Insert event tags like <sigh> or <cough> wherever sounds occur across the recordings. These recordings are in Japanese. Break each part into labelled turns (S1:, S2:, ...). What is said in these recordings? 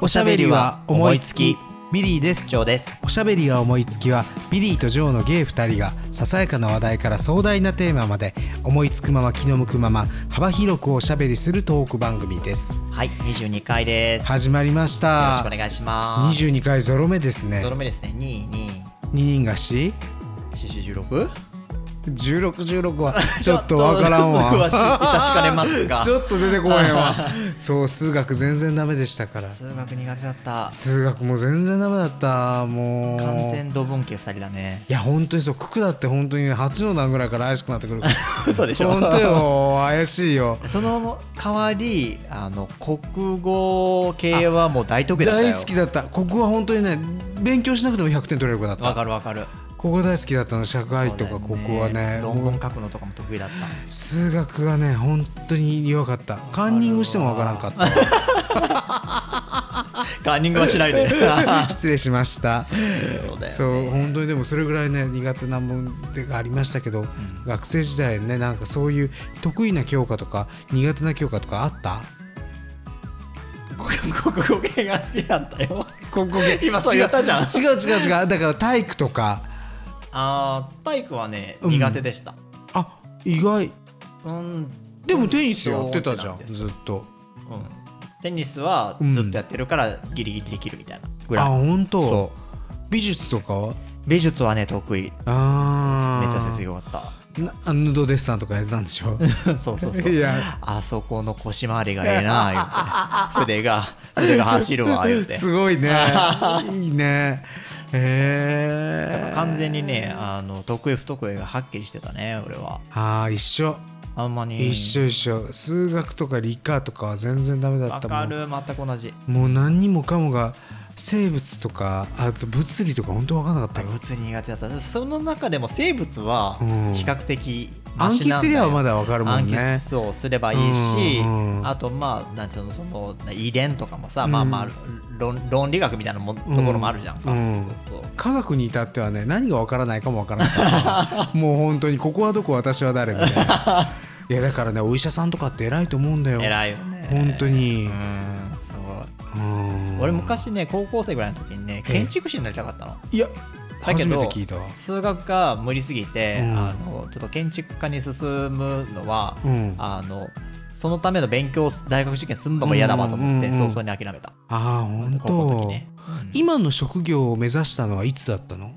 S1: おしゃべりは思いつきビリーです
S2: 市長です
S1: おしゃべりは思いつきはビリーとジョーのゲイ2人がささやかな話題から壮大なテーマまで思いつくまま気の向くまま幅広くおしゃべりするトーク番組です
S2: はい22回ですよ
S1: 始まりまし
S2: ろしたくお願いします
S1: 22回ゾロ目ですね
S2: ゾロ目ですね2
S1: 2人がし
S2: 2 4 4 16
S1: 1616は
S2: <laughs>
S1: ちょっとわからんわ
S2: 詳しい確かめますが
S1: <laughs> ちょっと出てこへ
S2: <laughs>
S1: んわそう数学全然ダメでしたから
S2: 数学苦手だった
S1: 数学も全然ダメだったもう
S2: 完全同文系二人だ
S1: <laughs>
S2: ね
S1: いや本当にそう九九だって本当に八の段ぐらいから怪しくなってくるから
S2: <laughs> 嘘でしょ
S1: 本当 <laughs> よ怪しいよ
S2: その代わりあの国語系はもう大得意だったよ
S1: 大好きだったここは本当にね勉強しなくても100点取れる子だっ
S2: わ
S1: た
S2: かるわかる
S1: ここ大好きだったの社会と
S2: そ
S1: か
S2: うだ
S1: こ
S2: よ
S1: こはね
S2: 論
S1: も
S2: 文
S1: う
S2: 書くのとかも得意だ
S1: <laughs>
S2: った
S1: 数学がね本当に弱かったカンニングしてもわからんかったわ
S2: カンニングはしない
S1: <laughs>
S2: で
S1: 失礼しました
S2: そうだ
S1: そ
S2: よ
S1: う
S2: ね
S1: 本当にでもそれぐらいね苦手なもんでがありましたけど、学生時代ねなんかそういう得意な教科とか苦手な教科とかあった
S2: 国語系が好きだったよ
S1: ここで
S2: <laughs> 今そう言ったじゃん
S1: 違う違う違う違うだから体育とか
S2: あー体育はね
S1: うん
S2: 苦手でした、
S1: あ意外
S2: うん、
S1: でもテニスやってたじゃん
S2: うん
S1: ずっと
S2: テニスはずっとやってるからギリギリできるみたいなぐら
S1: あ
S2: い、
S1: 本当
S2: そ
S1: 美術とかは
S2: う美術はね得意めっち
S1: ああ
S2: ゃ成績良か
S1: なあヌードデッサンとかやってたん
S2: <laughs>
S1: でしょ
S2: ったそうそうそう
S1: いや
S2: あそこの腰回りがええな言うて
S1: <laughs>
S2: 筆が筆が走るわ言うて
S1: すごい
S2: <laughs>
S1: ねいいねへえ
S2: 完全にねあの得意不得意がはっきりしてたね俺は
S1: ああ一緒
S2: あんまに
S1: 一緒一緒数学とか理科とかは全然ダメだ
S2: わ
S1: った
S2: か
S1: もん
S2: る全く同じ
S1: もう何にもかもが生物とかあと物理とか本当分かんなかったよ
S2: 物理苦手だったその中でも生物は
S1: うん
S2: 比較的マ
S1: 暗
S2: シ
S1: 記
S2: なん
S1: す
S2: だ
S1: り
S2: よ
S1: ゃまだ分かるもん
S2: 暗
S1: ね
S2: 記そうすればいいし、
S1: うんうん
S2: あとまあなんていうのその遺伝とかもさ、
S1: うん
S2: まあまあ論論理学みたいなもんと
S1: うん
S2: ころもあるじゃんか、
S1: うん
S2: そうそう
S1: 科学に至ってはね何が分からないかも分からない <laughs> からもう本当にここはどこ私は誰みたいな
S2: <laughs>
S1: いやだからねお医者さんとかって偉いと思うんだよ
S2: 偉いよね
S1: 本当に
S2: うんそう
S1: うん
S2: 俺昔ね高校生ぐらいの時にね
S1: え
S2: 建築士になりたかったの
S1: いや
S2: だけ
S1: 初
S2: ど
S1: めて聞いたわ
S2: 数学が無理すぎて、
S1: うん
S2: あのちょっと建築家に進むのは、
S1: うん
S2: あのそのための勉強を大学受験するのも嫌だわと思って、
S1: うんうんうんうん
S2: 早々に諦めた
S1: ああ本
S2: 高校の時
S1: 当
S2: ね、うん
S1: 今の職業を目指したのはいつだったの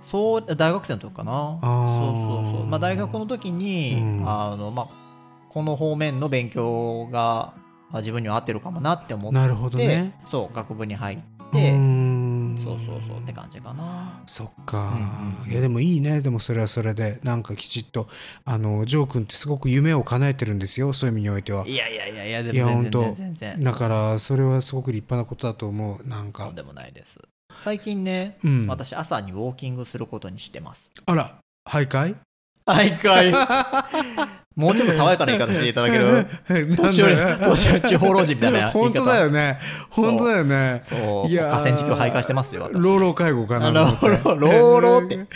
S2: そう大学生の時かなそ
S1: あー
S2: うそうそう、まあ、大学の時に、
S1: うん
S2: あのまあ、この方面の勉強があ自分には合ってるかもなって思って
S1: なるほどね
S2: そう学部に入っ
S1: う
S2: て
S1: ーん
S2: そうそうそうって感じかな
S1: そっか、
S2: うんうん
S1: いやでもいいねでもそれはそれでなんかきちっとあのジョー君ってすごく夢を叶えてるんですよそういう意味においてはい
S2: やいやいやいやで
S1: いや
S2: も全然
S1: ほんと
S2: 全然全然
S1: だからそれはすごく立派なことだと思うなん
S2: と
S1: か
S2: んでもないです最近ね、
S1: うん
S2: 私朝にウォーキングすることにしてます
S1: あら徘徊
S2: はいかい <laughs> もうちょっと爽やかな言い方していただ
S1: <laughs>
S2: ける年寄り年寄り地方老人みたいな言い方
S1: 本当だよね本当だよね
S2: そう
S1: いやー
S2: 河川敷を徘徊してますよ私
S1: 老老介護かな
S2: あ老老老老ってどっ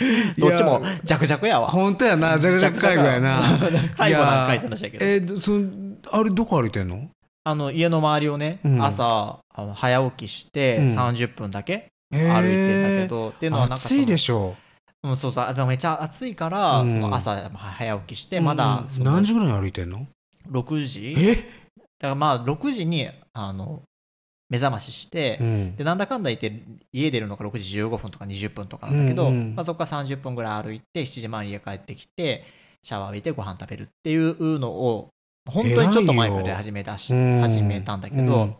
S2: ちも
S1: いや
S2: 弱弱やわ。
S1: 本当やなジャグジャグ介護やな
S2: 介護なん
S1: い
S2: か
S1: や
S2: いてましたけど。
S1: えーそのあれどこ歩いてんの
S2: あの家の周りをね、
S1: うん
S2: 朝あの早起きして
S1: うん
S2: 30分だけ
S1: 歩い
S2: 歩いてたけど、っていうのはなんかその
S1: 暑いでしょ
S2: うんそうそうあでもめっちゃ暑いから、
S1: うん
S2: その朝は早起きしてまだ
S1: うん
S2: その
S1: 何時ぐらいに歩いてんの
S2: 6時だか
S1: え
S2: らまあ6時にあの目覚ましして、
S1: うん
S2: でなんだかんだ言って家出るのが6時15分とか20分とかなんだけど、
S1: うんうん
S2: まあ、そこから30分ぐらい歩いて7時前に家帰ってきてシャワー浴びてご飯食べるっていうのを本当にちょっと前から始めだし
S1: 偉いようん
S2: 始めたんだけど、
S1: うん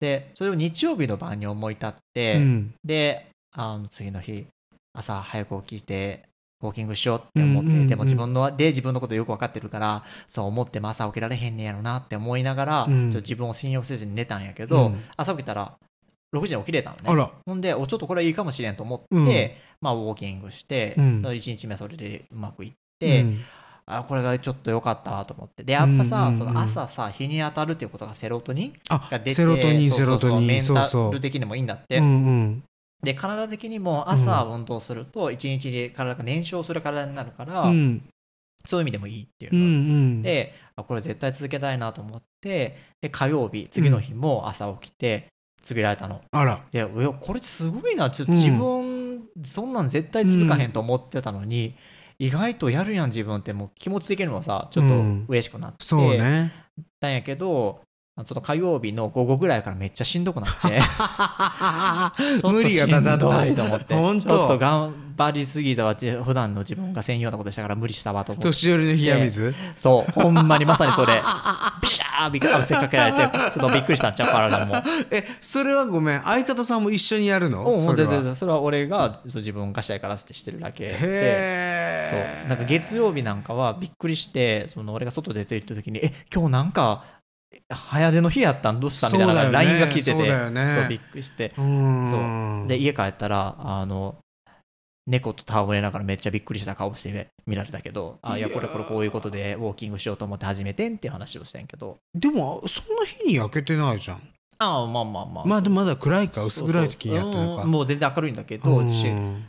S2: でそれを日曜日の晩に思い立って、
S1: うん
S2: であの次の日朝早く起きてウォーキングしようって思って、
S1: うんうんうん
S2: でも自分ので自分のことよく分かってるからそう思っても朝起きられへんねやろなって思いながら、
S1: うん
S2: ちょっと自分を信用せずに寝たんやけど、
S1: うん
S2: 朝起きたら6時に起きれたのね
S1: あ。ら
S2: ほんで、おちょっとこれはいいかもしれんと思って、
S1: うん
S2: まあ、ウォーキングして、
S1: うん
S2: 1日目それでうまくいって、
S1: うん
S2: あこれがちょっと良かったわと思って。で、やっぱさ、
S1: うんうんうん
S2: その朝さ、日に当たるっていうことがセロトニン
S1: あ
S2: が出て
S1: セロトニン
S2: そ
S1: セ
S2: うそ
S1: ロ
S2: うそう
S1: トニンそう
S2: メン
S1: そ
S2: タル
S1: う
S2: 的にもいいんだって。
S1: うんうん
S2: で、体的にも朝運動すると、1日で体が燃焼する体になるから、
S1: うん
S2: そういう意味でもいいっていう
S1: うんう
S2: のが
S1: ん
S2: であこれ絶対続けたいなと思ってで火曜日次の日も朝起きて、告げられたの。
S1: あら
S2: でいやこれすごいなちょっと自分、そんなん絶対続かへんと思ってたのに、意外とやるやん自分ってもう気持ち的にもさちょっと
S1: うん
S2: 嬉しくなって
S1: そうね、
S2: たんやけど、その火曜日の午後ぐらいからめっちゃしんどくなって
S1: <laughs> 無理がたたった
S2: ちょっとしんどいと思って
S1: ほんと
S2: ちょっと頑張りすぎたわって普段の自分が専用なことしたから無理したわと思って
S1: 年寄りの冷や水
S2: そうほんまにまさにそれビシャーびっくりせっかけられてちょっとびっくりしたんちゃうからなもう
S1: えそれはごめん相方さんも一緒にやるの、
S2: うん、
S1: それ
S2: 全
S1: は
S2: 然全然それは俺がそう自分がしたいからってしてるだけで
S1: へ
S2: そ
S1: え
S2: うなんか月曜日なんかはびっくりしてその俺が外出て行った時に「え今日なんかえ早出の日やったんどうした?」みたいな
S1: そうだよね
S2: LINE が来てて
S1: そうだよね
S2: そうびっくりして
S1: うーん
S2: で家帰ったらあの猫と戯れながらめっちゃびっくりした顔して見られたけど「あいやこれこれこういうことでウォーキングしようと思って始めてん」っていう話をしたんやけど
S1: でもそんな日に焼けてないじゃん
S2: ああまあまあまあ
S1: まあでもまだ暗いか薄暗い時にやってる
S2: そう
S1: の
S2: そう
S1: か
S2: うんもう全然明るいんだけ
S1: う
S2: ど
S1: ん
S2: し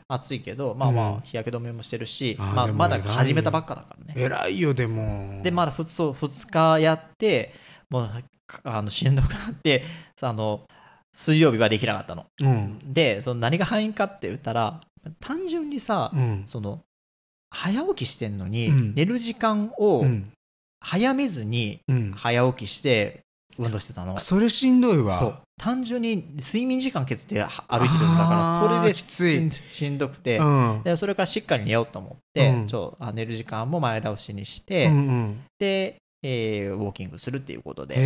S2: 暑いけどまあま
S1: うん
S2: あ日焼け止めもしてるし、
S1: あー
S2: まあ、
S1: でも
S2: まだ
S1: 偉いね
S2: 始めたばっかだからね
S1: 偉いよでも
S2: でまだ 2, そう二日やってもうかあのしんどくなってさあの水曜日はできなかったの
S1: うん
S2: でその何が範囲かって言ったら単純にさ、
S1: うん
S2: その早起きしてんのに、
S1: うん
S2: 寝る時間
S1: う
S2: を
S1: ん
S2: 早めずに
S1: うん
S2: 早起きして運動してたの、
S1: それしんどいわ
S2: そう単純に睡眠時間削っては歩いてるんだ
S1: あ
S2: か
S1: ー
S2: らそれで
S1: きつい
S2: しんしんどくて、
S1: うん
S2: でそれからしっかり寝ようと思って、
S1: うん
S2: ちょあ寝る時間も前倒しにし
S1: う
S2: て、
S1: んうん
S2: で、えーウォーキングするっていうことで、そう
S1: へ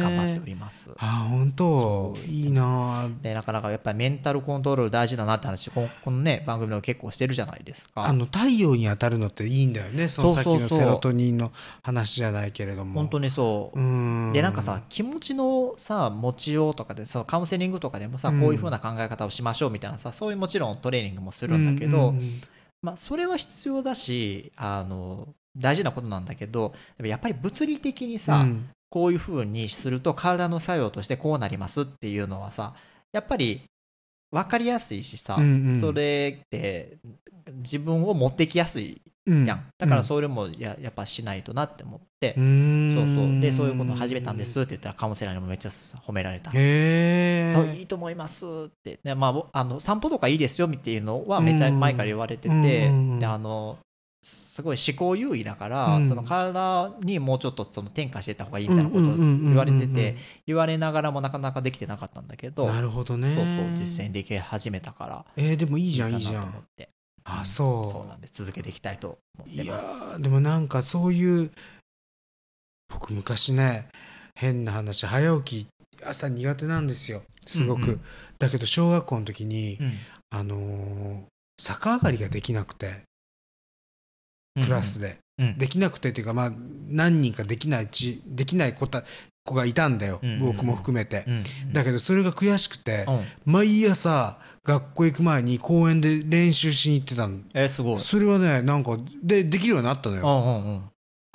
S1: え
S2: 頑張っております
S1: あ本当
S2: そう
S1: いいな
S2: でなかなかやっぱりメンタルコントロール大事だなって話このこのね番組でも結構してるじゃないです
S1: あ
S2: か
S1: の太陽に当たるのっていいんだよねその
S2: そう
S1: 先
S2: そうそ
S1: の
S2: う
S1: セロトニンの話じゃないけれども
S2: 本当にそう、
S1: うん
S2: でなんかさ気持ちのさ持ちようとかでそのカウンセリングとかでもさ、
S1: うん
S2: こういう風な考え方をしましょうみたいなさそういうもちろんトレーニングもするんだけど、
S1: うんうん
S2: まあ、それは必要だしあの大事なことなんだけどでもやっぱり物理的にさ、
S1: うん
S2: こういう風にすると体の作用としてこうなりますっていうのはさやっぱり分かりやすいしさ、
S1: うんうん
S2: それって自分を持ってきやすいやん、
S1: う
S2: だからそれもややっぱしないとなって思って、
S1: うん
S2: そうそうでそういうことを始めたんですって言ったらカウンセラーにもめっちゃ褒められた。
S1: へ
S2: そうい
S1: え
S2: いと思いますって、ねまあぼ、あの散歩とかいいですよっていうのはめっちゃ前から言われてて、
S1: うんうん
S2: であのすごい思考優位だから、
S1: うん
S2: その体にもうちょっとその転化していった方がいいみたいなことを言われてて言われながらもなかなかできてなかったんだけど
S1: なるほど
S2: そ
S1: ね
S2: うそう実践でき始めたから
S1: えーでもいい
S2: い
S1: じゃんいい
S2: か
S1: じゃ
S2: なと思
S1: ん
S2: って
S1: あそう
S2: そうなんです続けていきたいと思って
S1: いや
S2: ます
S1: ーでもなんかそういう僕昔ね変な話早起き朝苦手なんですよすごく、
S2: うんうん
S1: だけど小学校の時に、
S2: うん
S1: あのー逆上がりができなくてクラスで、
S2: うんうん
S1: できなくてっていうかまあ何人かできないちできない子た子がいたんだよ、
S2: うんうんうん
S1: 僕も含めて、
S2: うん
S1: だけどそれが悔しくて、
S2: うん
S1: 毎朝学校行く前に公園で練習しに行ってたの
S2: えーすごい
S1: それはねなんかでできるようになったのよ
S2: うんうんうん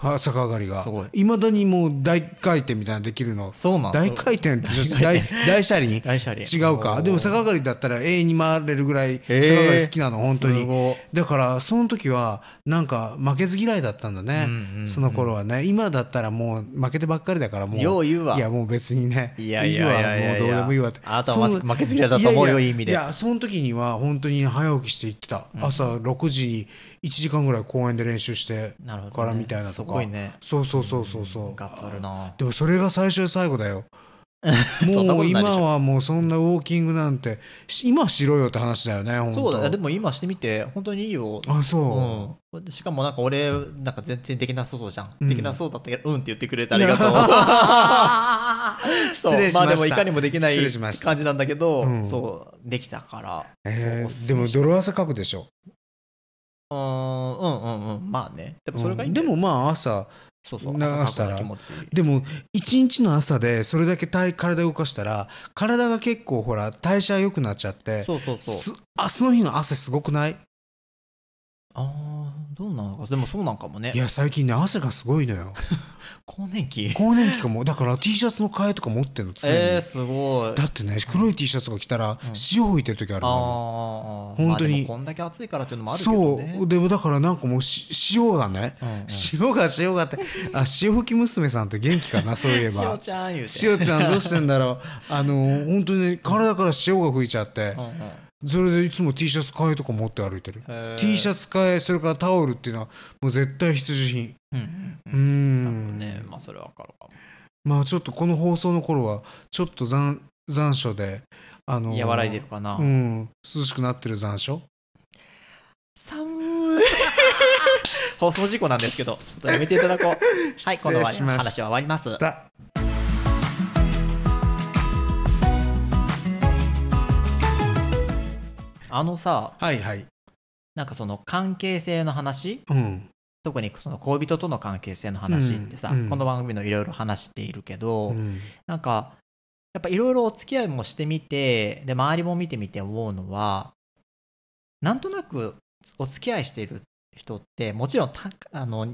S1: は逆上がりが
S2: すごい
S1: いまだにもう大回転みたいなのできるの
S2: そうなん
S1: 大回転ってちょっと
S2: 大回
S1: 大
S2: 転
S1: <laughs> 大車輪
S2: 大車輪
S1: 違うかでも逆上がりだったら永遠に回れるぐらい
S2: へー
S1: 逆上がり好きなの本当
S2: す
S1: に
S2: ごい
S1: だからその時はなんか負けず嫌いだったんだね、
S2: うんうんうん
S1: その頃はね今だったらもう負けてばっかりだからもう
S2: よう言うわ
S1: いやもう別にね
S2: いやいやいやいや
S1: わもうどうでもいいわって
S2: あなたは
S1: その
S2: まず負けず嫌いだと思うよいい意味で
S1: いやその時には本当に早起きして行ってた、朝6時に1時間ぐらい公園で練習して
S2: なるほどね
S1: からみたいなと
S2: す
S1: か
S2: ごいね
S1: そうそうそうそうそう
S2: ガッツあるな
S1: でもそれが最初で最後だよ
S2: <laughs> そんな
S1: も
S2: こ
S1: う
S2: とないでしょ
S1: 今はもうそんなウォーキングなんてし今しろよって話だよね本当
S2: そうだでも今してみて本当にいいよ
S1: あそう
S2: うん、しかもなんか俺なんか全然できなさそうじゃん、
S1: うん
S2: できなそうだったけどうんって言ってくれてありがとうそう
S1: 失礼しました
S2: まあでもいかにもできない
S1: 失礼しました
S2: 感じなんだけど、
S1: うん
S2: そうできたから、
S1: えー
S2: そ
S1: で
S2: う
S1: も
S2: おすすめ
S1: 泥汗かくでしょ
S2: うーんうんうんうんまあねでもそれがいいんだ
S1: で
S2: よ
S1: もまあ朝
S2: そうそう
S1: 流したら
S2: 朝の気持ちいい
S1: でも一日の朝でそれだけ体体動かしたら体が結構ほら代謝良くなっちゃって
S2: そうそうそう
S1: すあその日の汗すごくない
S2: ああどうなのかでもそうなんかもね
S1: いや最近ね汗がすごいのよ
S2: 更年期
S1: 更年期かもだから T シャツの替えとか持ってんの常に、
S2: えー、すごい
S1: だってね黒い T シャツが着たら
S2: ん
S1: 潮吹いてる時あるの、
S2: ああ
S1: 本当に
S2: まあでもこんだけ暑いからっていうのもあるけどね
S1: そうでもだからなんかもうし潮がね、
S2: うんうん
S1: 潮が <laughs> 潮がってあ潮吹き娘さんって元気かなそうい
S2: <laughs>
S1: え
S2: しお
S1: ば
S2: ちゃん言うて
S1: 潮ちゃんどうしてんだろう <laughs> あの本当にね体から潮が吹いちゃって
S2: うんうん
S1: それでいつも T シャツ替えとか持って歩いてる T シャ
S2: ツ
S1: ツ替えそれからタオルっていうのはもう絶対必需品
S2: うん
S1: う
S2: う
S1: ー
S2: んうん
S1: ん
S2: なるほどねまあそれはわかるかも
S1: まあちょっとこの放送の頃はちょっと残残暑であの
S2: 和らいでるかな、
S1: うん涼しくなってる残暑
S2: 寒い <laughs> 放送事故なんですけどちょっとやめていただ
S1: <laughs>
S2: こうはいこの
S1: 失礼しました
S2: 話は終わります
S1: だ
S2: あのさ
S1: はいはい
S2: なんかその関係性の話
S1: うん
S2: 特にその恋人との関係性の話ってさ、
S1: うんうん
S2: この番組のいろいろ話しているけど、
S1: うん
S2: なんかやっぱいろいろお付き合いもしてみてで周りも見てみて思うのはなんとなくお付き合いしている人ってもちろんたあの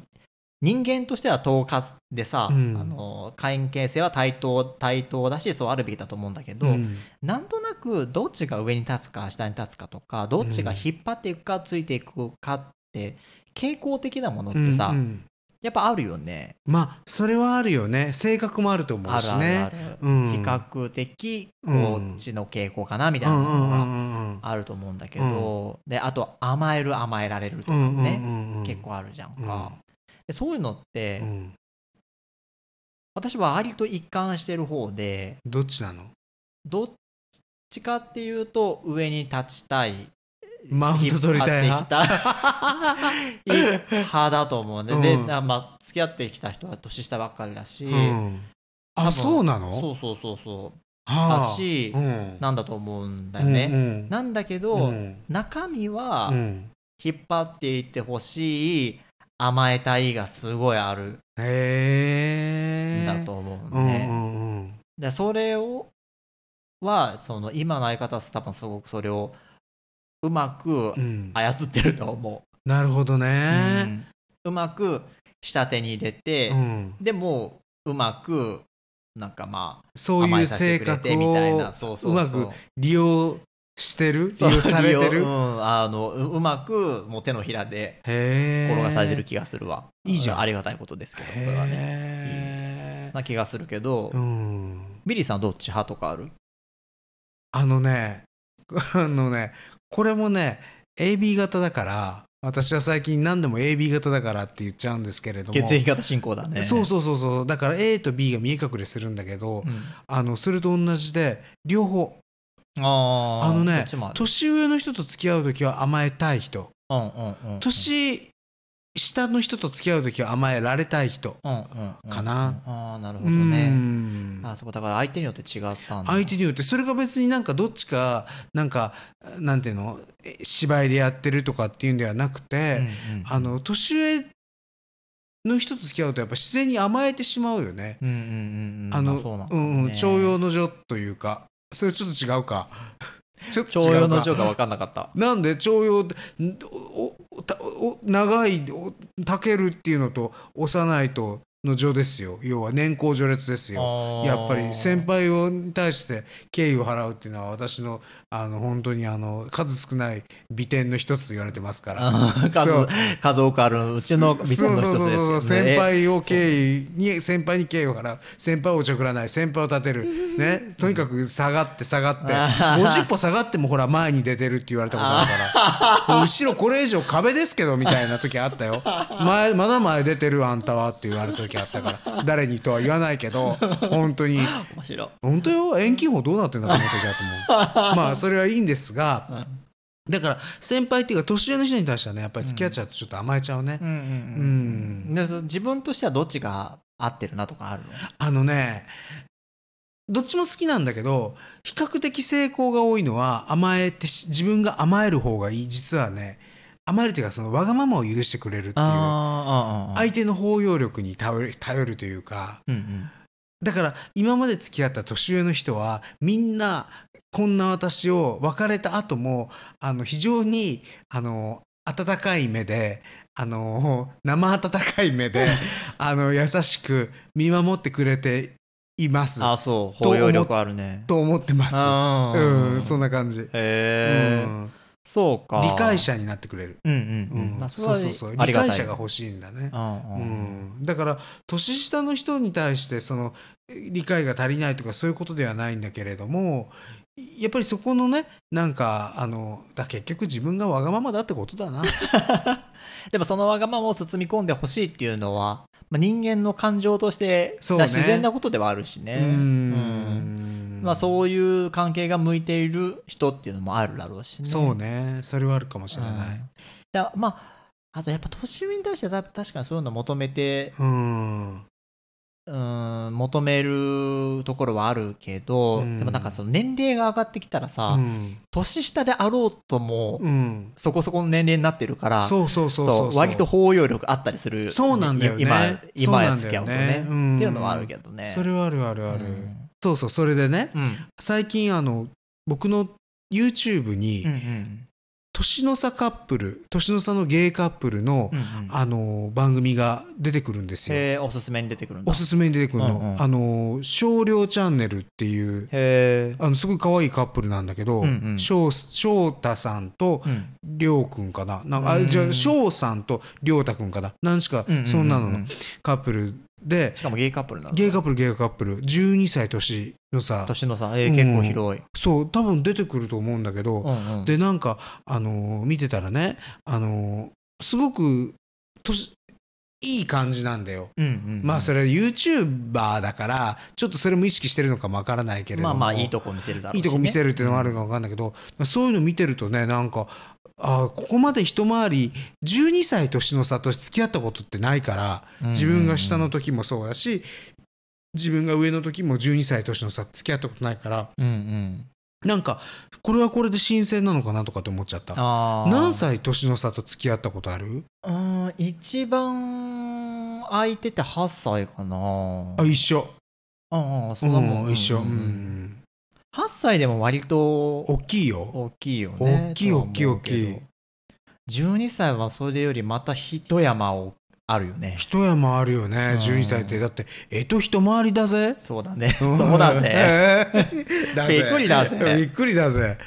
S2: 人間としては統括でさ、
S1: うん
S2: あの関係性は対等対等だしそうあるべきだと思うんだけど、
S1: うん
S2: なんとなくどっちが上に立つか下に立つかとかどっちが引っ張っていくかついていくかって傾向的なものってさ、
S1: うんうん
S2: やっぱあるよね。
S1: まあそれはあるよね性格もあると思
S2: あ
S1: う
S2: る
S1: し
S2: あるあ
S1: ね
S2: る、
S1: うん
S2: 比較的
S1: うん
S2: こっちの傾向かなみた
S1: う
S2: いなん
S1: う
S2: の
S1: んう
S2: が
S1: ん
S2: あると思うんだけど、であと甘える甘えられると
S1: う
S2: か
S1: んうん
S2: ね、
S1: うんうん
S2: 結構あるじゃん
S1: うん
S2: か、でそういうのって、
S1: うん
S2: 私は割と一貫してる方で
S1: どっちなの
S2: どっちかっていうと上に立ちたい
S1: マウント取りたい
S2: 引っ
S1: 派
S2: 張
S1: <laughs>
S2: ってきたいい派だと思うんで、で
S1: うん
S2: なまあ、付き合ってきた人は年下ばっかりだし、
S1: うんあ
S2: 分
S1: そうなの
S2: そうそうそうそう
S1: は
S2: だ
S1: あ
S2: し、
S1: うん
S2: なんだと思うんだよね、
S1: うん
S2: なんだけど、
S1: うんうん
S2: 中身
S1: う
S2: は
S1: ん
S2: 引っ張っていってほしい甘えたいがすごいある
S1: へ
S2: ん
S1: え
S2: だと思うんで,、
S1: うんうんうん
S2: でそれをはその今の相方は多分すごくそれをうまく
S1: うん
S2: 操ってると思
S1: なるほど
S2: う、う
S1: ね
S2: んうまく下手に入れて、
S1: うん
S2: でもうまくなんかまあ
S1: そう
S2: 甘
S1: い
S2: え
S1: う
S2: させ
S1: 性
S2: てくれ
S1: 格
S2: てみたいな
S1: を
S2: そうそうう
S1: ま
S2: そう
S1: く利用してる利
S2: そう
S1: 用されて
S2: 利
S1: る
S2: 用うん、あのううまくもう手のひらで
S1: へえ
S2: 転がされてる気がするわ。
S1: いいじゃん
S2: ありがたいことですけど、これはね。
S1: へえ
S2: な気がするけど、
S1: うん
S2: ビリーさんどっち派とかある
S1: あのね、あのね、これもね、AB 型だから、私は最近何でも AB 型だからって言っちゃうんですけれども。
S2: 血液型進行だね。
S1: そうそうそうそう。だから A と B が見え隠れするんだけど、
S2: うん。
S1: あの、それと同じで、両方、
S2: あー
S1: あのね
S2: どっちもある
S1: 年上の人と付き合うときは甘えたい人、
S2: うんうんうん。
S1: 年下の人と付き合うときは甘えられたい人。
S2: うんうんうん
S1: かな。
S2: ああ、なるほ
S1: う
S2: どね。
S1: ん
S2: あそこだから相手によって違ったんだ。
S1: 相手によってそれが別になんかどっちかなんかなんていうのえ芝居でやってるとかっていうんではなくて、
S2: うんうん
S1: あ、の年上の人と付き合うとやっぱ自然に甘えてしまうよね。
S2: うんうんうんうん。
S1: あの
S2: まそうなんだ
S1: う
S2: ね
S1: んうん徴用の女というかそれちょっと違うか。 <laughs> ちょっと
S2: 徴
S1: 違
S2: 用
S1: う
S2: の
S1: か。
S2: 情が分かんなかった。
S1: なんで徴用んおおたお長いおたけるっていうのと幼いとの女ですよ要は年功序列ですよやっぱり先
S2: 輩
S1: 輩をに対して敬意を払うっていうのは私のあの本当にあの数少ない美点の一つと言われてますから
S2: <laughs> 数
S1: そう
S2: 数多くあるうちの店の一つです
S1: そうそうそうそ
S2: よ
S1: う
S2: ね。
S1: 先輩を敬意に先輩に敬意を払う先輩をおちょくらない先輩を立てるねとにかく下がって下がって
S2: あー
S1: 50歩下がってもほら前に出てるって言われたことある
S2: <laughs>
S1: からもう後ろこれ以上壁ですけどみたいな時あったよ前まだ前出てるあんたはって言われた時あったから誰にとは言わないけど本当に
S2: 面白い。
S1: 本当よ遠近法どうなってんだと思った時だと思うまあそれはいいんですが、だから先輩っていうか年上の人に対してはねやっぱり付き合っちゃうとちょっと甘えちゃうね、
S2: うんうんうんでそ自分としてはどっちが合ってるなとかあるの
S1: あのねどっちも好きなんだけど比較的成功が多いのは甘えてし自分が甘える方がいい実はね甘えるというかそのわがままを許してくれるっていう
S2: あ
S1: 相手の包容力に頼る頼るというか
S2: うんうん
S1: だから今まで付き合った年上の人はみんなこんな私を別れた後もあの非常にあの温かい目であの生温かい目で
S2: <laughs>
S1: あの優しく見守ってくれています
S2: あそう包容力あるね
S1: と思ってま
S2: あ
S1: す。
S2: ー
S1: うん、そんな感じ。
S2: へえ、
S1: うん
S2: そうか
S1: 理解者になってくれる。
S2: うん
S1: う
S2: うんうん、
S1: ん
S2: まあそれ
S1: そ
S2: は
S1: うそうそう
S2: あ
S1: 理
S2: りがた
S1: 解
S2: い
S1: 者が欲しいんだね。
S2: うん
S1: う
S2: うん
S1: ん、だから年下の人に対してその理解が足りないとかそういうことではないんだけれどもやっぱりそこのねなんかあのだ結局自分がわがままだってことだな
S2: でもそのわがままを包み込んでほしいっていうのは、まあ、人間の感情として、
S1: そうね
S2: 自然なことではあるしねう
S1: う
S2: ん
S1: ん
S2: まあ、そういう関係が向いている人っていうのもあるだろうしね
S1: そうねそれはあるかもしれない
S2: うんだまああとやっぱ年上に対してた確かにそういうのを求めて
S1: うん
S2: うん求めるところはあるけど、
S1: うん
S2: でもなんかその年齢が上がってきたらさ、
S1: うん
S2: 年下であろうとも
S1: うん
S2: そこそこの年齢になってるから、
S1: そうそうそう
S2: そ
S1: そうう
S2: 割と包容力あったりする
S1: そうなんだよね
S2: 今
S1: そう
S2: 今
S1: な
S2: や
S1: んだよね
S2: 付き合うとね
S1: うん
S2: っていうのはあるけどね
S1: それはあるあるある、
S2: うん
S1: そうそうそれでね
S2: うん
S1: 最近あの僕の YouTube に、
S2: うんうん
S1: 年の差カップル年の差のゲイカップルの、
S2: うんうん
S1: あの番組が出てくるんですよ。
S2: へーおすすめに出てくるんだ
S1: おすすめに出てくるの、
S2: うんうん
S1: あの少量チャンネルっていう
S2: へえ
S1: あのすごい可愛いカップルなんだけど、
S2: うんうん
S1: 翔翔太さんとりょうくんかななんかあ
S2: うん
S1: じゃあ翔さんとりょうたくんかな何しかそんなののカップルで
S2: しかもゲイカップルなの
S1: ゲイカップルゲイカップル12歳年のさ
S2: 年の差えー結構広い
S1: そう多分出てくると思うんだけど、
S2: うんうん
S1: でなんか、あのー見てたらね、あのーすごく年いい感じなんだよ。
S2: うんうん
S1: まあそれは YouTuber だからちょっとそれも意識してるのかもわからないけれども
S2: まあまあいいとこ見せるだろうし
S1: い
S2: ね
S1: いとこ見せるっていうのもあるかわかんないけど、そういうの見てるとねなんかあーここまで一回り12歳年の差と付き合ったことってないから
S2: うん
S1: 自分が下の時もそうだし自分が上の時も12歳年の差と付き合ったことないから
S2: うんうん
S1: なんかこれはこれで新鮮なのかなとかって思っちゃった。
S2: あー
S1: 何歳年の差と付き合ったことある
S2: うん一番空いてて8歳かな
S1: あ一緒
S2: ああそ
S1: うん
S2: なもん
S1: ん一緒、う
S2: うんんうん8歳でも割と
S1: 大きいよ
S2: 大きいよね
S1: 大きい
S2: とは思うけど
S1: 大きい大
S2: 12歳はそれよりまた一山をあるよね
S1: 一山あるよね
S2: うん
S1: 12歳ってだってえと一回りだぜ
S2: そうだねそうだぜ
S1: ぜだぜ
S2: びっくりだぜ
S1: びっくりだぜ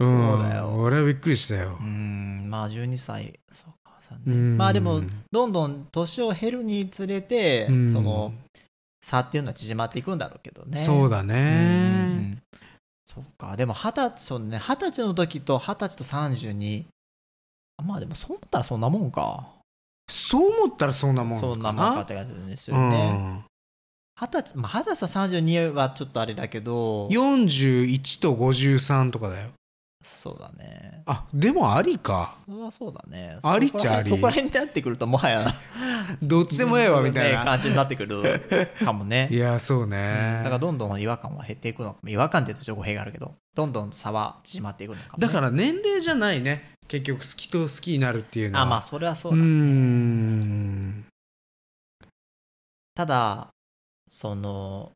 S1: うん
S2: そうだよ
S1: 俺はびっくりしたよ
S2: う、んまあ12歳そうかそう
S1: う
S2: ね
S1: ん
S2: まあでもどんどん年を減るにつれて
S1: うん
S2: その差っていうのは縮まっていくんだろうけどね
S1: そうだ
S2: うんうんう
S1: ね
S2: んそっかでも二十歳そうね二十歳の時と二十歳と32あまあでもそう思ったらそんなもんか
S1: そう思ったらそんなもんかな
S2: そんなもんかって感じですよね、
S1: ね、
S2: 二十歳、まあ、二十歳と32はちょっとあれだけど
S1: うん、、41と53とかだよ
S2: そうだね。
S1: あでもありか
S2: それはそうだね。
S1: ありっちゃあり
S2: そこら辺そこら辺になってくると、もはや、
S1: どっちでもええわみたい
S2: ね
S1: な、
S2: 感じになってくるかも
S1: <laughs> い
S2: ね。
S1: やそう
S2: うん
S1: ね、
S2: だからどんどん違和感は減っていくのかも違和感って言うとちょっと語弊があるけどどんどん差は縮まっていくのかもね、
S1: だから年齢じゃないね結局好きと好きになるっていうのは
S2: あまあそれはそう
S1: う
S2: だ、
S1: ーん
S2: ただその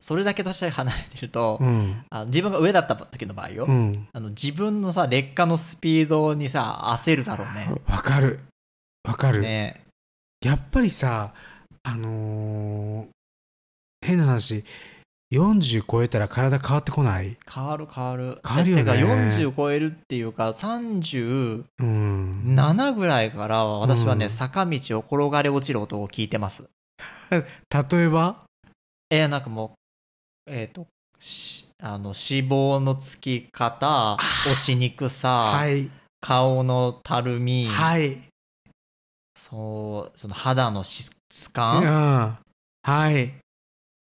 S2: それだけ年が離れてると、
S1: うん
S2: あ自分が上だった時の場合よ、
S1: うん
S2: あの自分のさ劣化のスピードにさ焦るだろう
S1: わかるわかる、
S2: ねね
S1: やっぱりさあのー変な話40超えたら体変わってこない
S2: 変わる変わる
S1: 変わるよね
S2: てか40超えるっていうか37
S1: うん
S2: ぐらいからは私はね、
S1: うん
S2: 坂道を転がり落ちる音を聞いてます
S1: 例えば
S2: えー、なんかもうえっ、としあの脂肪のつき方落ちにくさ、
S1: はい
S2: 顔のたるみ、
S1: はい
S2: そうその肌の質
S1: う
S2: 感、
S1: んはい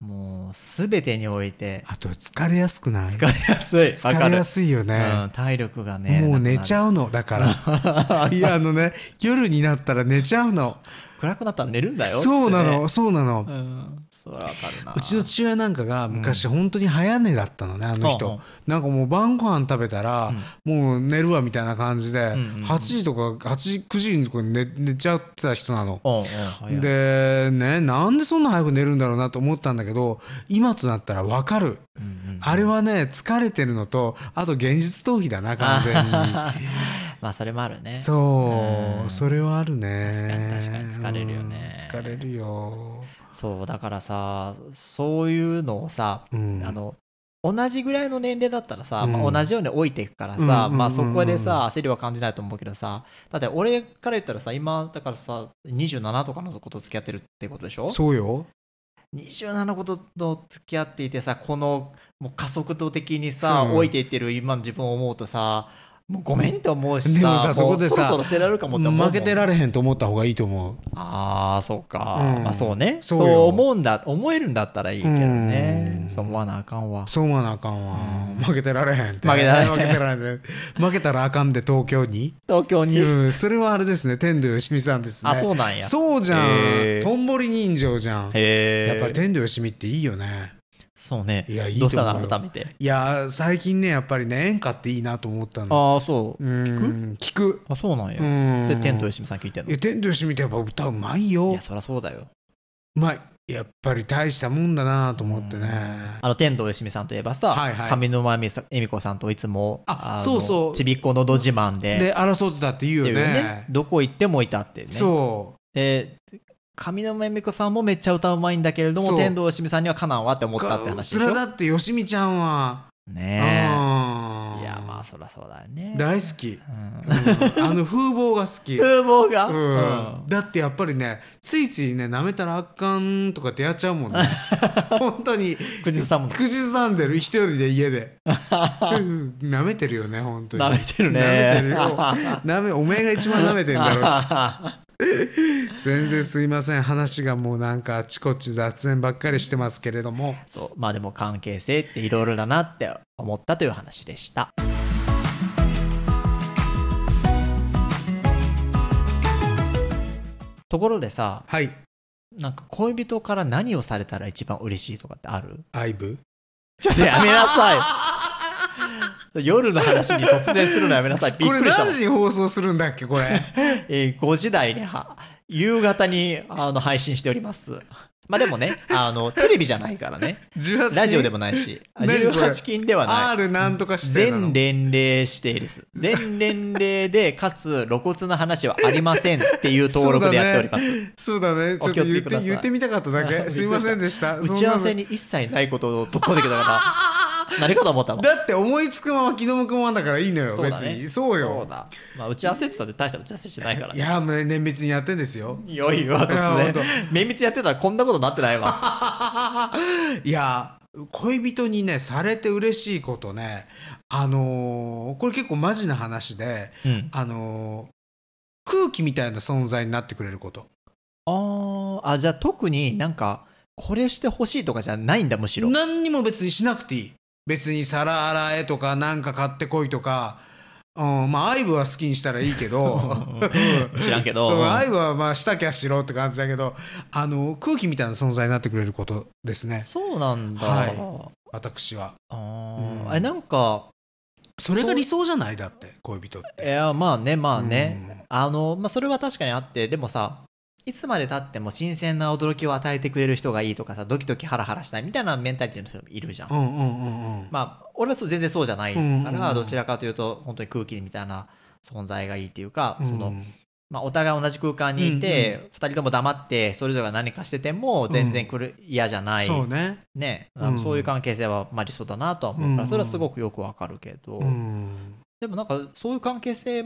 S2: もう全てにおいて
S1: あと疲れやすくない
S2: 疲れやすいわか
S1: 疲れ
S2: る
S1: や、すいよ
S2: う
S1: ね
S2: ん、体力がね
S1: もう寝ち
S2: う
S1: ゃうのだから
S2: <laughs> ら
S1: いやあのね夜になったら寝ちゃうの
S2: 暗くなったら寝るんだよ
S1: そうな
S2: つってね
S1: のそうなの、
S2: うん、そらわかるな。
S1: うちの父親なんかが昔本当に早寝だったのね、あの人、
S2: うんうん
S1: なんかもう晩ご飯食べた
S2: う
S1: ら
S2: ん、
S1: もう寝るわみたいな感じで、
S2: んうんうん
S1: 8時とか8時9時にこう寝寝ちゃってた人なの。
S2: うんうん早い
S1: でねなんでそんな早く寝るんだろうなと思ったんだけど今となったら分かる
S2: うんうん
S1: あれはね疲れてるのとあと現実逃避だな完全に
S2: あ <laughs> まあそれもあるね
S1: そううんそれはあるね
S2: 確かに確かに疲れるよね
S1: うん疲れるよ、
S2: そうだからさそういうのをさ、
S1: うん、
S2: あの同じぐらいの年齢だったらさ、
S1: うん
S2: まあ、同じように老いていくから
S1: うんうんうん
S2: さ、
S1: うん
S2: まあ、そこでさ焦りは感じないと思うけどさだって俺から言ったらさ今だからさ27とかのこと付き合ってるってことでしょ
S1: そうよ
S2: 27のことと付き合っていてさこのもう加速度的にさ
S1: そう
S2: 老いていってる今の自分を思うとさもうごめんって思うしさ
S1: でもさ
S2: う
S1: そこでさ
S2: ろそろ捨てられるかもって思うもん
S1: 負けてられへんと思った方がいいと思う
S2: ああそうか、
S1: うん
S2: まあそうね
S1: そ
S2: そうう
S1: よ
S2: 思うんだ思えるんだったらいいけどね、
S1: うん
S2: そう思わなあかんわ
S1: そう思わなあかんわ、
S2: うん
S1: 負けてられへんって
S2: 負けてられへん
S1: 負けてられへん負けたらあかんで東京に、
S2: 東京に、
S1: うん、それはあれですね天童よしみさんですね
S2: あそうなんや
S1: そうじゃん
S2: へー
S1: とんぼり人情じゃん
S2: へえ
S1: やっぱり天童よしみっていいよね
S2: そうね
S1: いやいいと
S2: どう
S1: 思
S2: し
S1: うよ
S2: たの改めて
S1: いや最近ねやっぱりね演歌っていいなと思ったの
S2: ああそう
S1: うん聞く
S2: あそうなんや、
S1: うん
S2: で天童よしみさん聞いてん
S1: い
S2: の
S1: や天童よしみってやっぱ歌うまいよ
S2: いやそりゃそうだよ
S1: まあやっぱり大したもんだなと思ってね
S2: あの天童よしみさんといえばさ、
S1: はいはい
S2: 上沼恵美さ恵美子さんといつも
S1: あ
S2: の
S1: そうそう
S2: ちびっこのど自慢で
S1: で争ってたって言う
S2: って
S1: よ
S2: いう
S1: ね
S2: ねどこ行ってもいたっていうね
S1: そ
S2: で上沼恵美子さんもめっちゃ歌うまいんだけれど
S1: そう
S2: も天童よしみさんにはかなわって
S1: う
S2: 思ったって話でし
S1: そ
S2: ょ
S1: れだってよしみちゃんは、
S2: ねえ
S1: うん
S2: いやまあそりゃそうだよね
S1: 大好き、
S2: うん
S1: うんあの風貌
S2: <laughs>
S1: が好き、
S2: 風貌が
S1: うん、だってやっぱりねついついね舐めたらあかんとかってやっちゃうもんね
S2: <laughs>
S1: 本当に
S2: うん口ずさむの
S1: 口ずさんでる一人で
S2: <laughs>
S1: 家でうん舐めてるよね本当に
S2: 舐めてるね
S1: 舐めてるよ舐めおめえが一番舐めてんだ
S2: <laughs>
S1: ろ全然すいません話がもうなんかあちこち雑念ばっかりしてますけれども
S2: そうまあでも関係性っていろいろだなって思ったという話でしたところでさ
S1: はい
S2: なんか恋人から何をされたら一番嬉しいとかってある
S1: アイブ
S2: ちょっとやめなさ
S1: <laughs>
S2: い夜の話に突然するのやめなさいびっ
S1: これ
S2: くりしたも
S1: 何
S2: ん
S1: 時に放送するんだっけ
S2: <laughs>
S1: これ
S2: えー5時台には夕方にあの配信しておりますまあでもねあのテレビじゃないからね
S1: 18
S2: ラジオでもないしあ
S1: 何これ
S2: 18金ではない
S1: R なんとかしてなの
S2: 全年齢指定です。全年齢で、かつ露骨な話はありませんっていう登録でやっております。
S1: そうだねちょっ
S2: お気
S1: と
S2: をつ
S1: 言っ
S2: けく
S1: て
S2: ださい
S1: 言ってみたかっただけすいませんでした
S2: <laughs> 打ち合わせ
S1: に
S2: に一切ないことをぶっ込んできた
S1: <laughs>
S2: から、何かと思ったの
S1: だって思いつくまま気の向くままだからいいのよ
S2: そう
S1: 別
S2: だね
S1: にそう
S2: そう
S1: よ
S2: だ。まあ、打ち合わせって言ったって大した打ち合わせしてないから
S1: い
S2: ね。
S1: やもう綿密にやってんですよ
S2: いよいよ、突
S1: いや
S2: 然
S1: ほんと。
S2: 綿密やってたらこんなことになってない <laughs> わ。
S1: いや恋人にねされて嬉しいことねあのーこれ結構マジな話で
S2: うん。
S1: あのー空気みたいな存在になってくれること
S2: あーあ、じゃあ特になんか、これしてほしいとかじゃないんだ、むしろ。
S1: 何にも別にしなくていい別に皿洗えとかなんか買ってこいとか、うん、まあアイブは好きにしたらいい
S2: <laughs>
S1: けど
S2: 知らんけ
S1: う
S2: ど。
S1: ん愛はまあしたきゃしろって感じだけどあの空気みたいな存在になってくれることですね
S2: そうなんだ。
S1: はい
S2: あ
S1: 私は
S2: あ
S1: うん
S2: ーえなんか、
S1: それが理想じゃないだって恋人っ
S2: い
S1: て
S2: やまあねまあね、あのまあそれは確かにあってでもさいつまでたっても新鮮な驚きを与えてくれる人がいいとかさドキドキハラハラしたいみたいなメンタリティの人もいるじゃん、
S1: うんうんうんうん
S2: まあ俺はそう全然そうじゃないか
S1: うんうん
S2: ら、
S1: うん
S2: どちらかというと本当に空気みたいな存在がいいっていうか、そ
S1: うん
S2: のまあ、お互い同じ空間にいて、二2人とも黙ってそれぞれが何かしてても全然くる、嫌じゃない
S1: そうね
S2: ねあの
S1: うん
S2: そういう関係性はまあ理想だなとは思うから、
S1: うん
S2: それはすごくよくわかるけど、
S1: うん
S2: でもなんかそういう関係性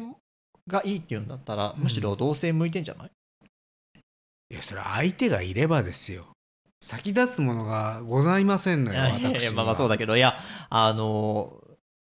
S2: がいいっていうんだったら
S1: うん
S2: むしろ同性向いてんじゃない、
S1: いやそれ相手がいればですよ先立つものがございませんの
S2: い
S1: よ
S2: や
S1: 私
S2: いやいや
S1: には
S2: まあまあそうだけどいやあの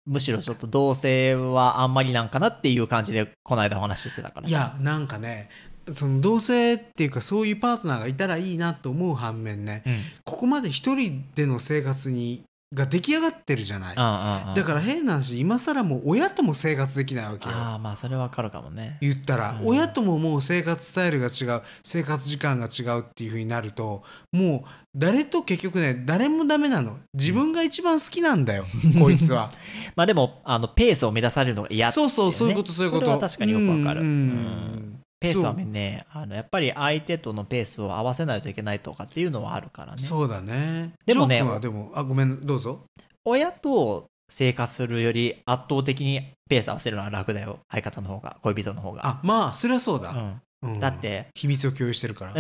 S2: むしろちょっと同性はあんまりなんかなっていう感じでこの間お話ししてたから
S1: いやなんかねその同性っていうかそういうパートナーがいたらいいなと思う反面ね
S2: うんうん
S1: ここまで一人での生活にが出来上がってるじゃない
S2: うんうん
S1: だから変な話今更もう親とも生活できないわけよ
S2: ああまあそれはわかるかもね
S1: 言ったら、
S2: うん
S1: 親とももう生活スタイルが違う生活時間が違うっていう風になるともう誰と結局ね誰もダメなの自分が一番好きなんだよ、こい
S2: <laughs>
S1: つは
S2: まあでもあのペースを目指されるのが嫌ってい
S1: そうそうそういうことそういうこと
S2: それは確かによくわかる
S1: うん
S2: うんペースはねあのやっぱり相手とのペースを合わせないといけないとかっていうのはあるからね
S1: そうだね
S2: でもね
S1: ジョー君はでもあごめんどうぞ
S2: 親と生活するより圧倒的にペース合わせるのは楽だよ相方の方が恋人の方が、
S1: あまあそりゃそうだ、
S2: う
S1: うん
S2: ん、だって、 <laughs>
S1: 秘密を共有してるから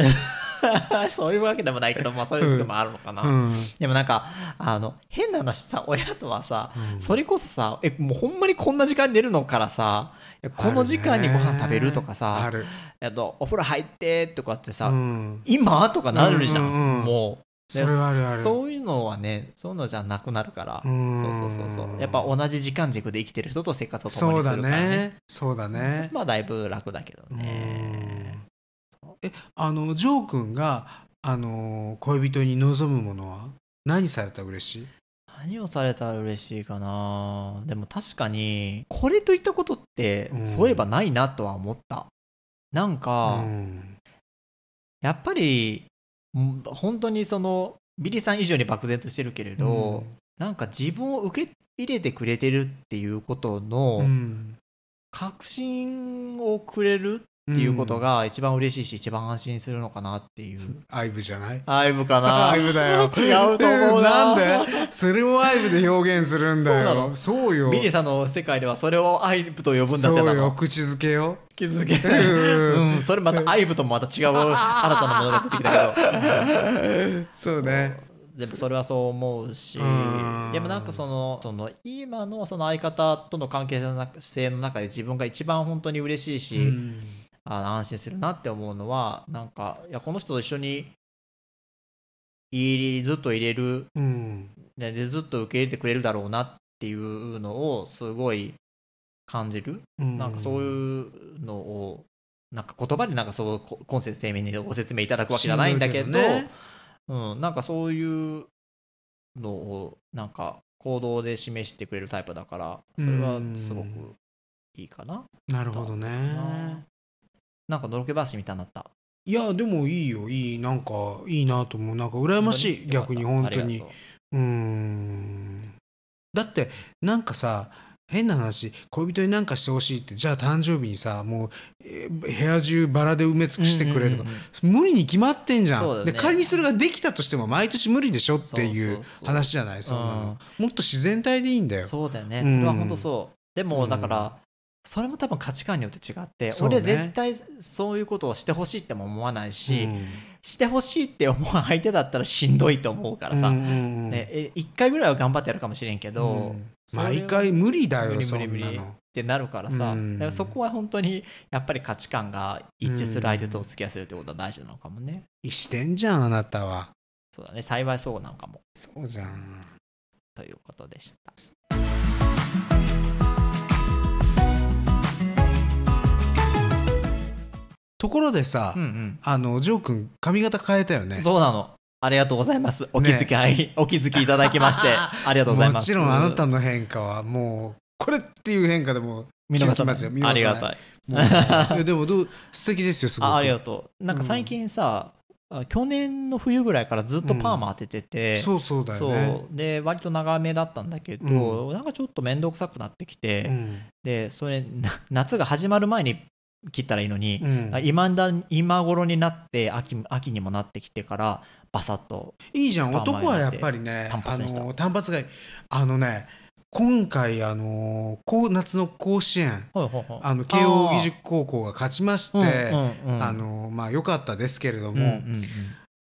S2: そういうわけでもないけど、まあ、そういう部分もあるのかな、
S1: うん、
S2: でもなんかあの変な話さ親とはさ
S1: うん
S2: それこそさえもうほんまにこんな時間に寝るのからさいやこの時間にご飯食べるとか
S1: あ
S2: さ
S1: るね
S2: あとお風呂入ってとかって
S1: あ
S2: さ、
S1: る、うん、
S2: 今とかなるじゃん,、
S1: うんうんうん
S2: もう
S1: それはあるある
S2: そういうのはねそういうのじゃなくなるから、
S1: うん
S2: そうそうそうそうやっぱ同じ時間軸で生きてる人と生活を共
S1: そ
S2: に
S1: う
S2: す
S1: だ
S2: るからね
S1: ねそうだ
S2: そ
S1: ね
S2: こはだいぶ楽だけどね
S1: うんえあのジョー君があの恋人に望むものは何されたら嬉しい
S2: 何をされたら嬉しいかなでも確かにこれといったことって
S1: うん
S2: そういえばないなとは思った、なんか、
S1: うん
S2: やっぱりうん本当にそのビリーさん以上に漠然としてるけれど、なんか自分を受け入れてくれてるっていうこと
S1: う
S2: の
S1: ん
S2: 確信をくれるっていうこと、が一番嬉しいし一番安心するのかなっていう
S1: アイブじゃない
S2: アイブかな
S1: アイブだよ
S2: 違うと思うな
S1: なんでそれをアイブで表現するんだ
S2: そうな
S1: よ
S2: の
S1: そうよ
S2: ビリーさんの世界ではそれをアイブと呼ぶんだぜ
S1: そ
S2: な
S1: うよ
S2: の
S1: 口づけよ
S2: 気づけ
S1: うん
S2: うんそれまたアイブともまた違う新たなものが出てきたけど
S1: <laughs> そうね
S2: でもそれはそう思うし
S1: うん
S2: でもなんかそのその今のその相方との関係性の中で自分が一番本当に嬉しいし、
S1: うん
S2: あの安心するなって思うのはなんかいやこの人と一緒に入りずっと入れる
S1: うん
S2: ねでずっと受け入れてくれるだろうなっていうのをすごい感じる、なんかそう
S1: う
S2: いうのをなんか言葉でなんかそうこ今節丁寧にご説明いただくわけじゃないんだけど
S1: しんどいけどね
S2: うん、なんかそういうのをなんか行動で示してくれるタイプだからそれはすごくいいかな。
S1: なるほどね
S2: なんかのろけ話みたいになった。
S1: いやでもいいよいいなんかいいなと思うなんか羨ましい
S2: よかった
S1: 逆に本当
S2: あり
S1: に
S2: がとう
S1: うーんだってなんかさ変な話恋人になんかしてほしいってじゃあ誕生日にさもうえー部屋中バラで埋め尽くしてくれとか、
S2: うんうんうん
S1: 無理に決まってんじゃ、
S2: そうんだね
S1: で仮にそれができたとしても毎年無理でしょってい
S2: そううそうそう
S1: 話じゃないそんなのもっと自然体でいいんだよ
S2: そうだよね
S1: うん
S2: それは本当そう、で
S1: う
S2: も
S1: ん
S2: だからそれも多分価値観によって違って、
S1: そうね
S2: 俺絶対そういうことをしてほしいっても思わないし、
S1: うん
S2: してほしいって思う相手だったらしんどいと思うからさ、
S1: うんうんうん
S2: ね、え1回ぐらいは頑張ってやるかもしれんけど、
S1: う
S2: っ
S1: ん
S2: それは
S1: 毎回無理だよ
S2: 無理
S1: そん
S2: 無
S1: な
S2: 理
S1: の
S2: 無理てなるからさ、
S1: うん
S2: だからそこは本当にやっぱり価値観が一致する相手とお付き合いするってことは大事なのかもね
S1: してんじゃんあなたは
S2: そうだね幸いそうなのかも
S1: そうじゃん
S2: ということでした
S1: ところでさ、
S2: うん
S1: あのジョー君髪型変えたよ
S2: う
S1: ね
S2: んそうなのありがとうございますお気遣い、お気づきいただきまして
S1: <laughs>
S2: ありがとうございます
S1: もちろんあなたの変化はもうこれっていう変化でも
S2: 見逃さ
S1: 気づき
S2: な
S1: ま
S2: い
S1: すよ見逃さ
S2: あ
S1: ない
S2: りがたい。 <laughs>
S1: もういやでもどう素敵ですよすごく
S2: あありがとう。なんか最近さ、あ去年の冬ぐらいからずっとパーマ当ててて、
S1: そうそうだよね
S2: そうで割と長めだったんだけど、なんかちょっと面倒くさくなってきて、
S1: うん
S2: でそれな夏が始まる前に切ったらいいのに、
S1: うん
S2: 今だ今頃になって秋秋にもなってきてからバサッと
S1: いいじゃん
S2: パーマ
S1: 男はやっぱりね
S2: 単
S1: あ
S2: 発にした
S1: の単発がいいあのね今回あのこう夏の甲子園
S2: ほいほいほい
S1: あの慶応義塾高校が勝ちまし
S2: あ
S1: て
S2: ーうんうんうん
S1: あのまあ良かったですけれど
S2: うんうん
S1: も、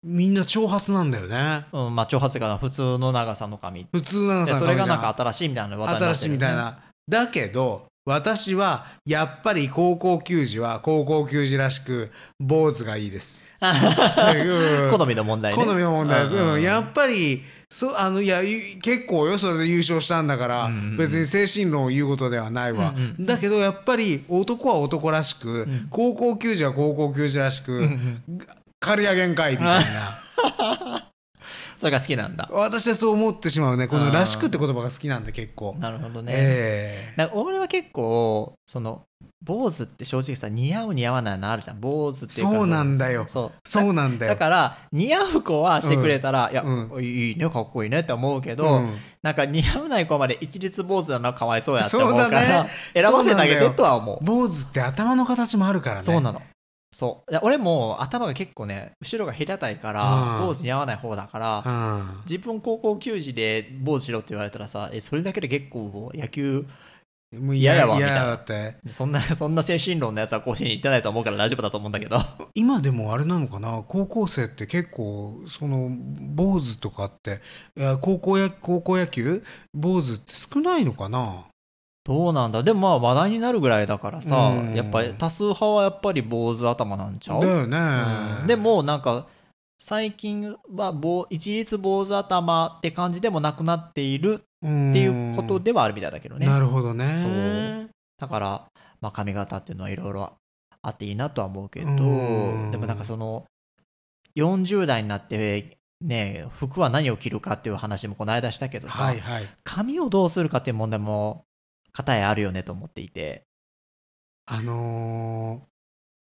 S1: みんな長髪なんだよね
S2: うんうんまあ長髪が普通の長さの髪
S1: 普通なの
S2: で
S1: さ
S2: それ
S1: か
S2: が
S1: みち
S2: な
S1: ゃ
S2: んか新しいみたいな話題にな
S1: 新
S2: って
S1: し
S2: る
S1: い
S2: よね
S1: みたいな。だけど、私はやっぱり高校球児は高校球児らしく坊主がいいです。
S2: <laughs>
S1: うん
S2: 好みの問題ね
S1: 好みの問題です。
S2: うんうん
S1: うんやっぱりそうあのいやい結構よそれで優勝したんだから、
S2: うんうん
S1: 別に精神論を言うことではないわ。
S2: うん
S1: だけどやっぱり男は男らしく、
S2: ん
S1: 高校球児は高校球児らしく、
S2: うん
S1: 刈り上げんかいみたいな。
S2: <laughs> それが好きなんだ
S1: 私はそう思ってしまうね。この「らしく」って言葉が好きなんで結構。
S2: なるほどね、
S1: ええ
S2: なんか俺は結構その坊主って正直さ似合う似合わないのあるじゃん坊主っていうか
S1: そうなんだよ。
S2: そう
S1: そうなんだ
S2: だ
S1: よ。
S2: から似合う子はしてくれたら、いや、
S1: う
S2: いいねかっこいいねって思うけど、
S1: うん
S2: なんか似合わない子まで一律坊主なのかわいそうやって思うか
S1: そうだ
S2: ら、
S1: ね
S2: <laughs> 選ばせてあげ
S1: そうなんだ
S2: て
S1: よ
S2: とは思う
S1: 坊主って頭の形もあるからね
S2: そうなのそういや俺も頭が結構ね後ろが平たいから
S1: うん
S2: 坊主に合わない方だから、
S1: うん
S2: 自分高校球児で坊主しろって言われたらさえそれだけで結構野球
S1: もう
S2: 嫌やわ
S1: 嫌
S2: みたいな
S1: だって
S2: そんな <laughs> そんな精神論のやつは甲子園に行ってないと思うから大丈夫だと思うんだけど
S1: 今でもあれなのかな高校生って結構その坊主とかっていや高校や高校野球坊主って少ないのかな
S2: どうなんだでもまあ話題になるぐらいだからさ
S1: うん
S2: やっぱり多数派はやっぱり坊主頭なんちゃう
S1: だよね、
S2: うんでもなんか最近は坊一律坊主頭って感じでもなくなっている
S1: っ
S2: っていうことではあるみたいだけどね
S1: なるほどね
S2: だから、まあ、髪型っていうのはいろいろあっていいなとは思うけど
S1: うん
S2: でもなんかその40代になってね服は何を着るかっていう話もこの間したけどさ、
S1: はいはい
S2: 髪をどうするかっていう問題も片やあるよねと思っていて、
S1: あのー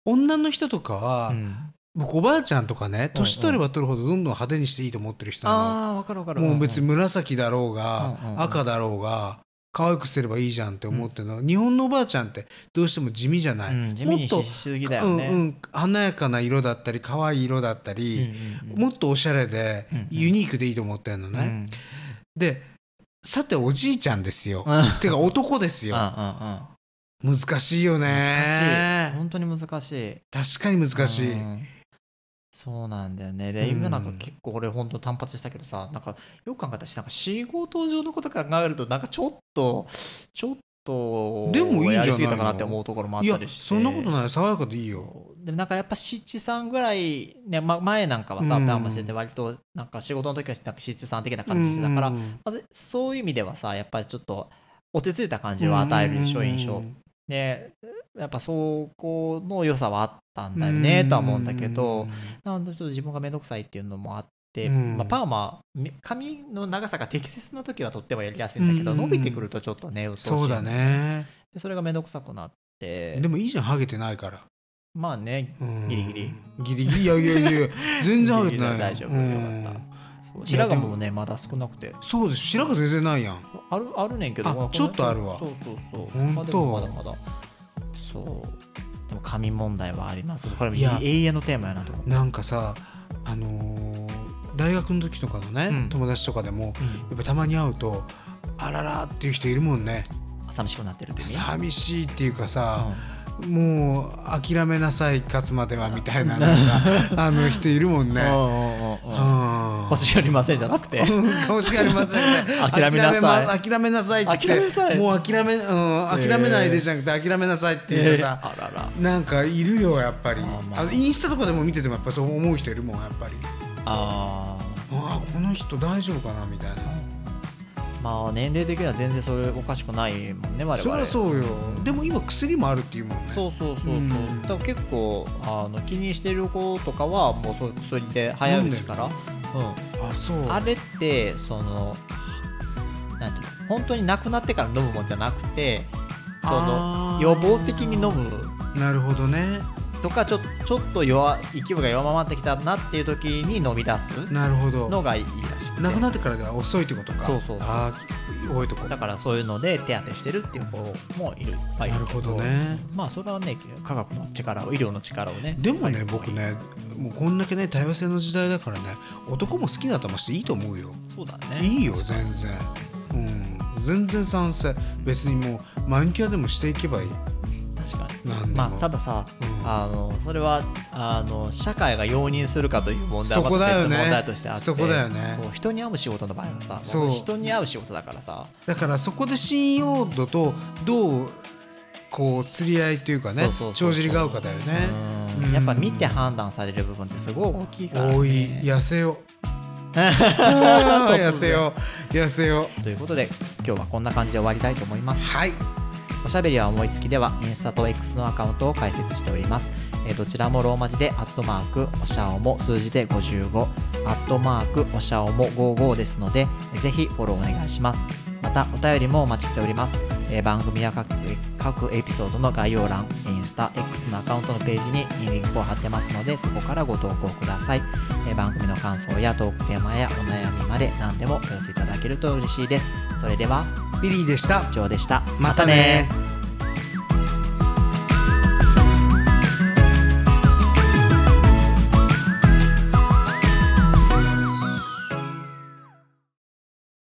S1: 女の人とかは、
S2: うん
S1: 僕おばあちゃんとかね年取れば取るほどどんどん派手にしていいと思ってる人
S2: あ
S1: な
S2: ーわかるわかる
S1: の、もう別に紫だろうが、
S2: うんうんうん
S1: 赤だろうが可愛くすればいいじゃんって思ってるの、日本のおばあちゃんってどうしても地味じゃない、
S2: うん、地味
S1: も
S2: に
S1: っと
S2: しすぎだよね、
S1: うんうん、華やかな色だったり可愛い色だった
S2: うん
S1: り、
S2: うんうん
S1: もっとおしゃれで、
S2: うんうん
S1: ユニークでいいと思ってるのね、
S2: うん
S1: でさておじいちゃんですよ、
S2: うん
S1: てか男ですよ、
S2: うんうんうん
S1: 難しいよ
S2: 難しい
S1: ね
S2: 本当に難しい
S1: 確かに難しい、
S2: うんそうなんだよねで
S1: うん
S2: 今なんか結構俺本当単発したけどさなんかよく考えたしなんか仕事上のこと考えるとなんかちょっとちょっと
S1: でもいいんじゃないの
S2: やりすぎたかなって思うところもあっ
S1: い
S2: た
S1: や
S2: りして
S1: そんなことない爽やかでいいよ
S2: でもなんかやっぱ七さんぐらい、ねま、前なんかはさ
S1: うん
S2: 談話してて割となんか仕事の時はなんか七さん的な感じしてたから、
S1: うん
S2: ま
S1: うんうん
S2: ずそういう意味ではさやっぱりちょっと落ち着いた感じを与えるでしょ印象でやっぱそこの良さはあったんだよねとは思うんだけど、なんでちょっと自分がめんどくさいっていうのもあって、
S1: うん
S2: まあ、パーマみ髪の長さが適切な時はとってもやりやすいんだけど、
S1: うん
S2: 伸びてくるとちょっとねうっとうしいよ
S1: そうだね
S2: でそれがめんどくさくなって
S1: でもいいじゃんハゲてないから、
S2: まあね
S1: うん
S2: ギリギリ
S1: ギリギリいやいやい
S2: <laughs>
S1: や全然ハゲてな
S2: ギリギ
S1: いよ
S2: リ大丈夫
S1: うん
S2: よかっそう
S1: いや
S2: 白髪もねまだ少なくて
S1: そうです白髪全然ないやん
S2: あるあるねんけど
S1: あ
S2: まこの
S1: ちょっとあるわ
S2: そうそうそう
S1: ほんと
S2: まあでもまだまだそうでも髪問題はありますこれも
S1: いや
S2: 永遠のテーマやなと思う
S1: なんかさあのー大学の時とかのね、
S2: うん
S1: 友達とかで
S2: うん
S1: もやっぱたまに会うとあららっていう人いるもんね
S2: 寂しくなってるってね
S1: 寂しいっていうか
S2: う
S1: さ、
S2: ん
S1: もう諦めなさい勝つまではみたいななん
S2: <laughs>
S1: かあの人いるもんね、うん
S2: うん <laughs> うんうんうん欲しがりませんじゃなくて
S1: <laughs> うんかもしれませんね
S2: 諦めなさい
S1: 諦めま諦めなさいって
S2: 諦
S1: 言っ
S2: めなさ
S1: て
S2: い
S1: もう諦め、うん、諦めないでじゃなくて諦めなさいっていうかさ、
S2: <laughs> あらら
S1: なんかいるよやっぱり
S2: まあまあ
S1: あのインスタとかでも見ててもやっぱそう思う人いるもんやっぱり
S2: あ
S1: あーこの人大丈夫かなみたいな
S2: ーまあ年齢的には全然それおかしくないもんね我々
S1: そりゃそうよ
S2: ん
S1: でも今薬もあるっていうもんね
S2: そうそうそうそう、
S1: うん
S2: だから結構あの気にしてる子とかはもうそうそれで早いうちから、う、
S1: あそうん
S2: あれってそのなんていうの本当になくなってから飲むもんじゃなくてその
S1: あー
S2: 予防的に飲む
S1: なるほどね
S2: とかちょちょっと弱勢いが弱まってきたなっていう時に飲み出す
S1: なるほど
S2: のがいいらしくて
S1: なくなってからでは遅いってことか
S2: そうそうそう
S1: ああ覚えとこう
S2: だからそういうので手当てしてるっていう子もいるいっぱいい
S1: なる
S2: るけ
S1: ほどね
S2: まあそれはね科学の力を医療の力をね
S1: でも
S2: や
S1: ね
S2: っぱり
S1: 僕ねもうこんだけね多様性の時代だからね男も好きな頭していいと思うよ
S2: そうだね
S1: いいよ全然うん全然賛成別にもうマニキュアでもしていけばいい
S2: 確か
S1: なんで
S2: に
S1: も
S2: まあたださ、
S1: うん
S2: あのそれはあの社会が容認するかという問題
S1: そ
S2: は
S1: こだよ
S2: また別の
S1: ね
S2: 問題としてあって
S1: そこだよね
S2: そう人に合う仕事の場合はさ
S1: そう
S2: 人に合う仕事だからさ
S1: だからそこで信用度とどうこう釣り合いというかね
S2: そうそうそうそう
S1: 帳尻が合うかだよね
S2: う
S1: うん
S2: んやっぱ見て判断される部分ってすごい大きいから、ね、
S1: 多い痩せ
S2: <laughs>
S1: ようあ <laughs> ー痩せよう痩せよ
S2: ということで今日はこんな感じで終わりたいと思いま
S1: う
S2: す
S1: はい
S2: おしゃべりは思いつきではインスタと X のアカウントを開設しております、えーどちらもローマ字でアットマークおしゃおも数字で55アットマークおしゃおも55ですのでえーぜひフォローお願いしますまたお便りもお待ちしております、えー番組や各えー各エピソードの概要欄インスタ X のアカウントのページにリンクを貼ってますのでそこからご投稿ください、えー番組の感想やトークテーマやお悩みまで何でもお寄せいただけると嬉しいですそれでは
S1: ビリーでした
S2: 以上でした
S1: またね
S2: またね